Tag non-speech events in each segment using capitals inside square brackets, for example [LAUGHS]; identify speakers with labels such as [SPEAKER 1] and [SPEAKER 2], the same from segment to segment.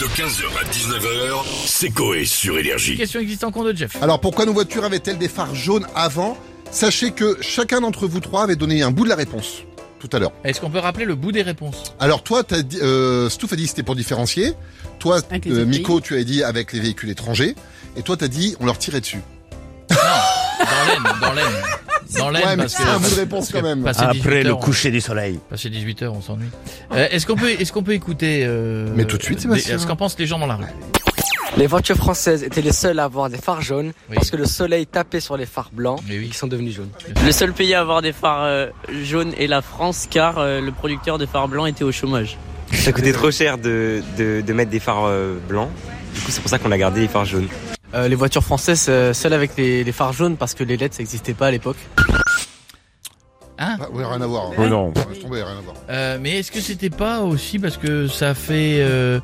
[SPEAKER 1] De 15h à 19h, c'est Coé sur Énergie.
[SPEAKER 2] Question existante compte de Jeff.
[SPEAKER 3] Alors pourquoi nos voitures avaient-elles des phares jaunes avant Sachez que chacun d'entre vous trois avait donné un bout de la réponse tout à l'heure.
[SPEAKER 2] Est-ce qu'on peut rappeler le bout des réponses
[SPEAKER 3] Alors toi, as dit, euh, Stouff a dit c'était pour différencier. Toi,
[SPEAKER 4] Avec les
[SPEAKER 3] euh,
[SPEAKER 4] autres
[SPEAKER 3] Miko, tu as dit avec les véhicules étrangers. Et toi, t'as dit on leur tirait dessus.
[SPEAKER 2] Dans l'aine, dans l'aine. Dans l'aine,
[SPEAKER 3] Ouais, mais
[SPEAKER 2] parce
[SPEAKER 3] c'est
[SPEAKER 2] que-
[SPEAKER 3] un bout de
[SPEAKER 2] parce
[SPEAKER 3] réponse
[SPEAKER 2] que
[SPEAKER 3] quand même.
[SPEAKER 2] passer 18
[SPEAKER 5] Après le
[SPEAKER 2] heures, on-
[SPEAKER 5] coucher du soleil.
[SPEAKER 2] Passer 18h, on s'ennuie. Euh, est-ce qu'on peut, est-ce qu'on peut écouter euh,
[SPEAKER 3] Mais tout de suite,
[SPEAKER 2] des-
[SPEAKER 3] Sébastien.
[SPEAKER 2] Ce qu'en pensent les gens dans la rue.
[SPEAKER 6] Les voitures françaises étaient les seules à avoir des phares jaunes
[SPEAKER 2] Oui.
[SPEAKER 6] parce que le soleil tapait sur les phares blancs
[SPEAKER 2] Mais oui.
[SPEAKER 6] et ils sont devenus jaunes.
[SPEAKER 7] Le seul pays à avoir des phares euh, jaunes est la France car euh, le producteur de phares blancs était au chômage.
[SPEAKER 8] Ça coûtait trop cher de, de, de mettre des phares euh, blancs. Du coup, c'est pour ça qu'on a gardé les phares jaunes.
[SPEAKER 9] Euh, les voitures françaises, euh, seules avec les, les phares jaunes parce que les LED ça n'existait pas à l'époque.
[SPEAKER 4] Ah, bah,
[SPEAKER 2] Hein
[SPEAKER 3] Ah, ouais, rien à voir. hein.
[SPEAKER 5] Oh non.
[SPEAKER 3] Ouais, laisse tomber, rien à voir.
[SPEAKER 2] Euh, mais est-ce que c'était pas aussi parce que ça fait euh,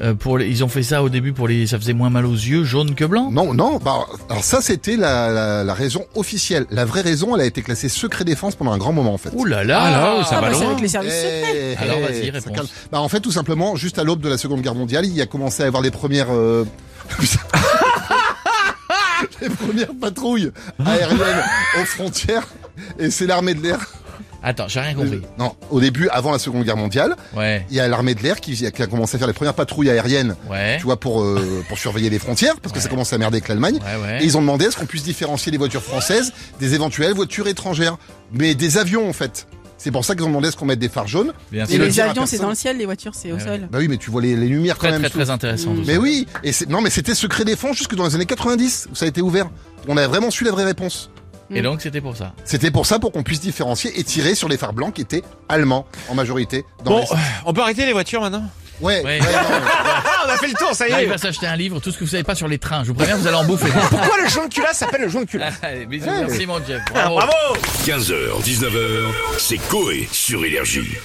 [SPEAKER 2] euh, pour les- ils ont fait ça au début pour les ça faisait moins mal aux yeux jaune que blanc
[SPEAKER 3] Non, non. Bah, alors ça, c'était la, la- la raison officielle. La vraie raison, elle a été classée secret défense pendant un grand moment en fait.
[SPEAKER 2] Ouh là là,
[SPEAKER 4] Ah, bah, c'est avec les services secrets.
[SPEAKER 3] Eh, eh,
[SPEAKER 2] Alors, vas-y,
[SPEAKER 3] ça
[SPEAKER 2] réponse.
[SPEAKER 3] calme. Bah, en fait, tout simplement, juste à l'aube de la Seconde Guerre mondiale, il y a commencé à y avoir les premières. euh, [LAUGHS] les premières patrouilles aériennes aux frontières. Et c'est l'armée de l'air.
[SPEAKER 2] Attends, j'ai rien compris.
[SPEAKER 3] Non, au début, avant la Seconde Guerre mondiale,
[SPEAKER 2] Ouais,
[SPEAKER 3] il y a l'armée de l'air qui, qui a commencé à faire les premières patrouilles aériennes,
[SPEAKER 2] ouais,
[SPEAKER 3] tu vois, pour, euh, pour surveiller les frontières, parce que ça commence à merder avec l'Allemagne.
[SPEAKER 2] ouais,
[SPEAKER 3] Et
[SPEAKER 2] ouais.
[SPEAKER 3] ils ont demandé à ce qu'on puisse différencier les voitures françaises des éventuelles voitures étrangères. Mais des avions, en fait. C'est pour ça qu'ils ont demandé à ce qu'on mette des phares jaunes.
[SPEAKER 2] Bien
[SPEAKER 3] Et
[SPEAKER 4] Et
[SPEAKER 2] sûr.
[SPEAKER 3] le
[SPEAKER 4] les
[SPEAKER 3] dire à
[SPEAKER 4] avions, c'est
[SPEAKER 3] personne.
[SPEAKER 4] dans le ciel, les voitures, c'est au
[SPEAKER 2] Ouais,
[SPEAKER 4] sol.
[SPEAKER 3] Bah oui, mais tu vois les, les lumières
[SPEAKER 2] Très
[SPEAKER 3] quand
[SPEAKER 2] très
[SPEAKER 3] même.
[SPEAKER 2] très intéressant. tout ça.
[SPEAKER 3] Mais oui, et c'est- non, mais c'était secret défense jusque dans les années 90 où ça a été ouvert. On a vraiment su la vraie réponse.
[SPEAKER 2] Et donc c'était pour ça.
[SPEAKER 3] C'était pour ça, pour qu'on puisse différencier et tirer sur les phares blancs qui étaient allemands en majorité. Dans
[SPEAKER 5] Bon,
[SPEAKER 3] les-
[SPEAKER 5] on peut arrêter les voitures maintenant
[SPEAKER 3] ouais,
[SPEAKER 2] ouais.
[SPEAKER 3] ouais, non,
[SPEAKER 5] Ah, on a fait le tour, ça y
[SPEAKER 2] Là, il
[SPEAKER 5] est
[SPEAKER 2] va s'acheter un livre, tout ce que vous savez pas sur les trains. Je vous préviens, vous allez en bouffer.
[SPEAKER 5] Pourquoi le joint de culasse s'appelle le joint de culasse
[SPEAKER 2] Allez, bisous, merci mon Jeff. Bravo.
[SPEAKER 5] Bravo
[SPEAKER 1] 15h, 19h, c'est Coé sur Énergie.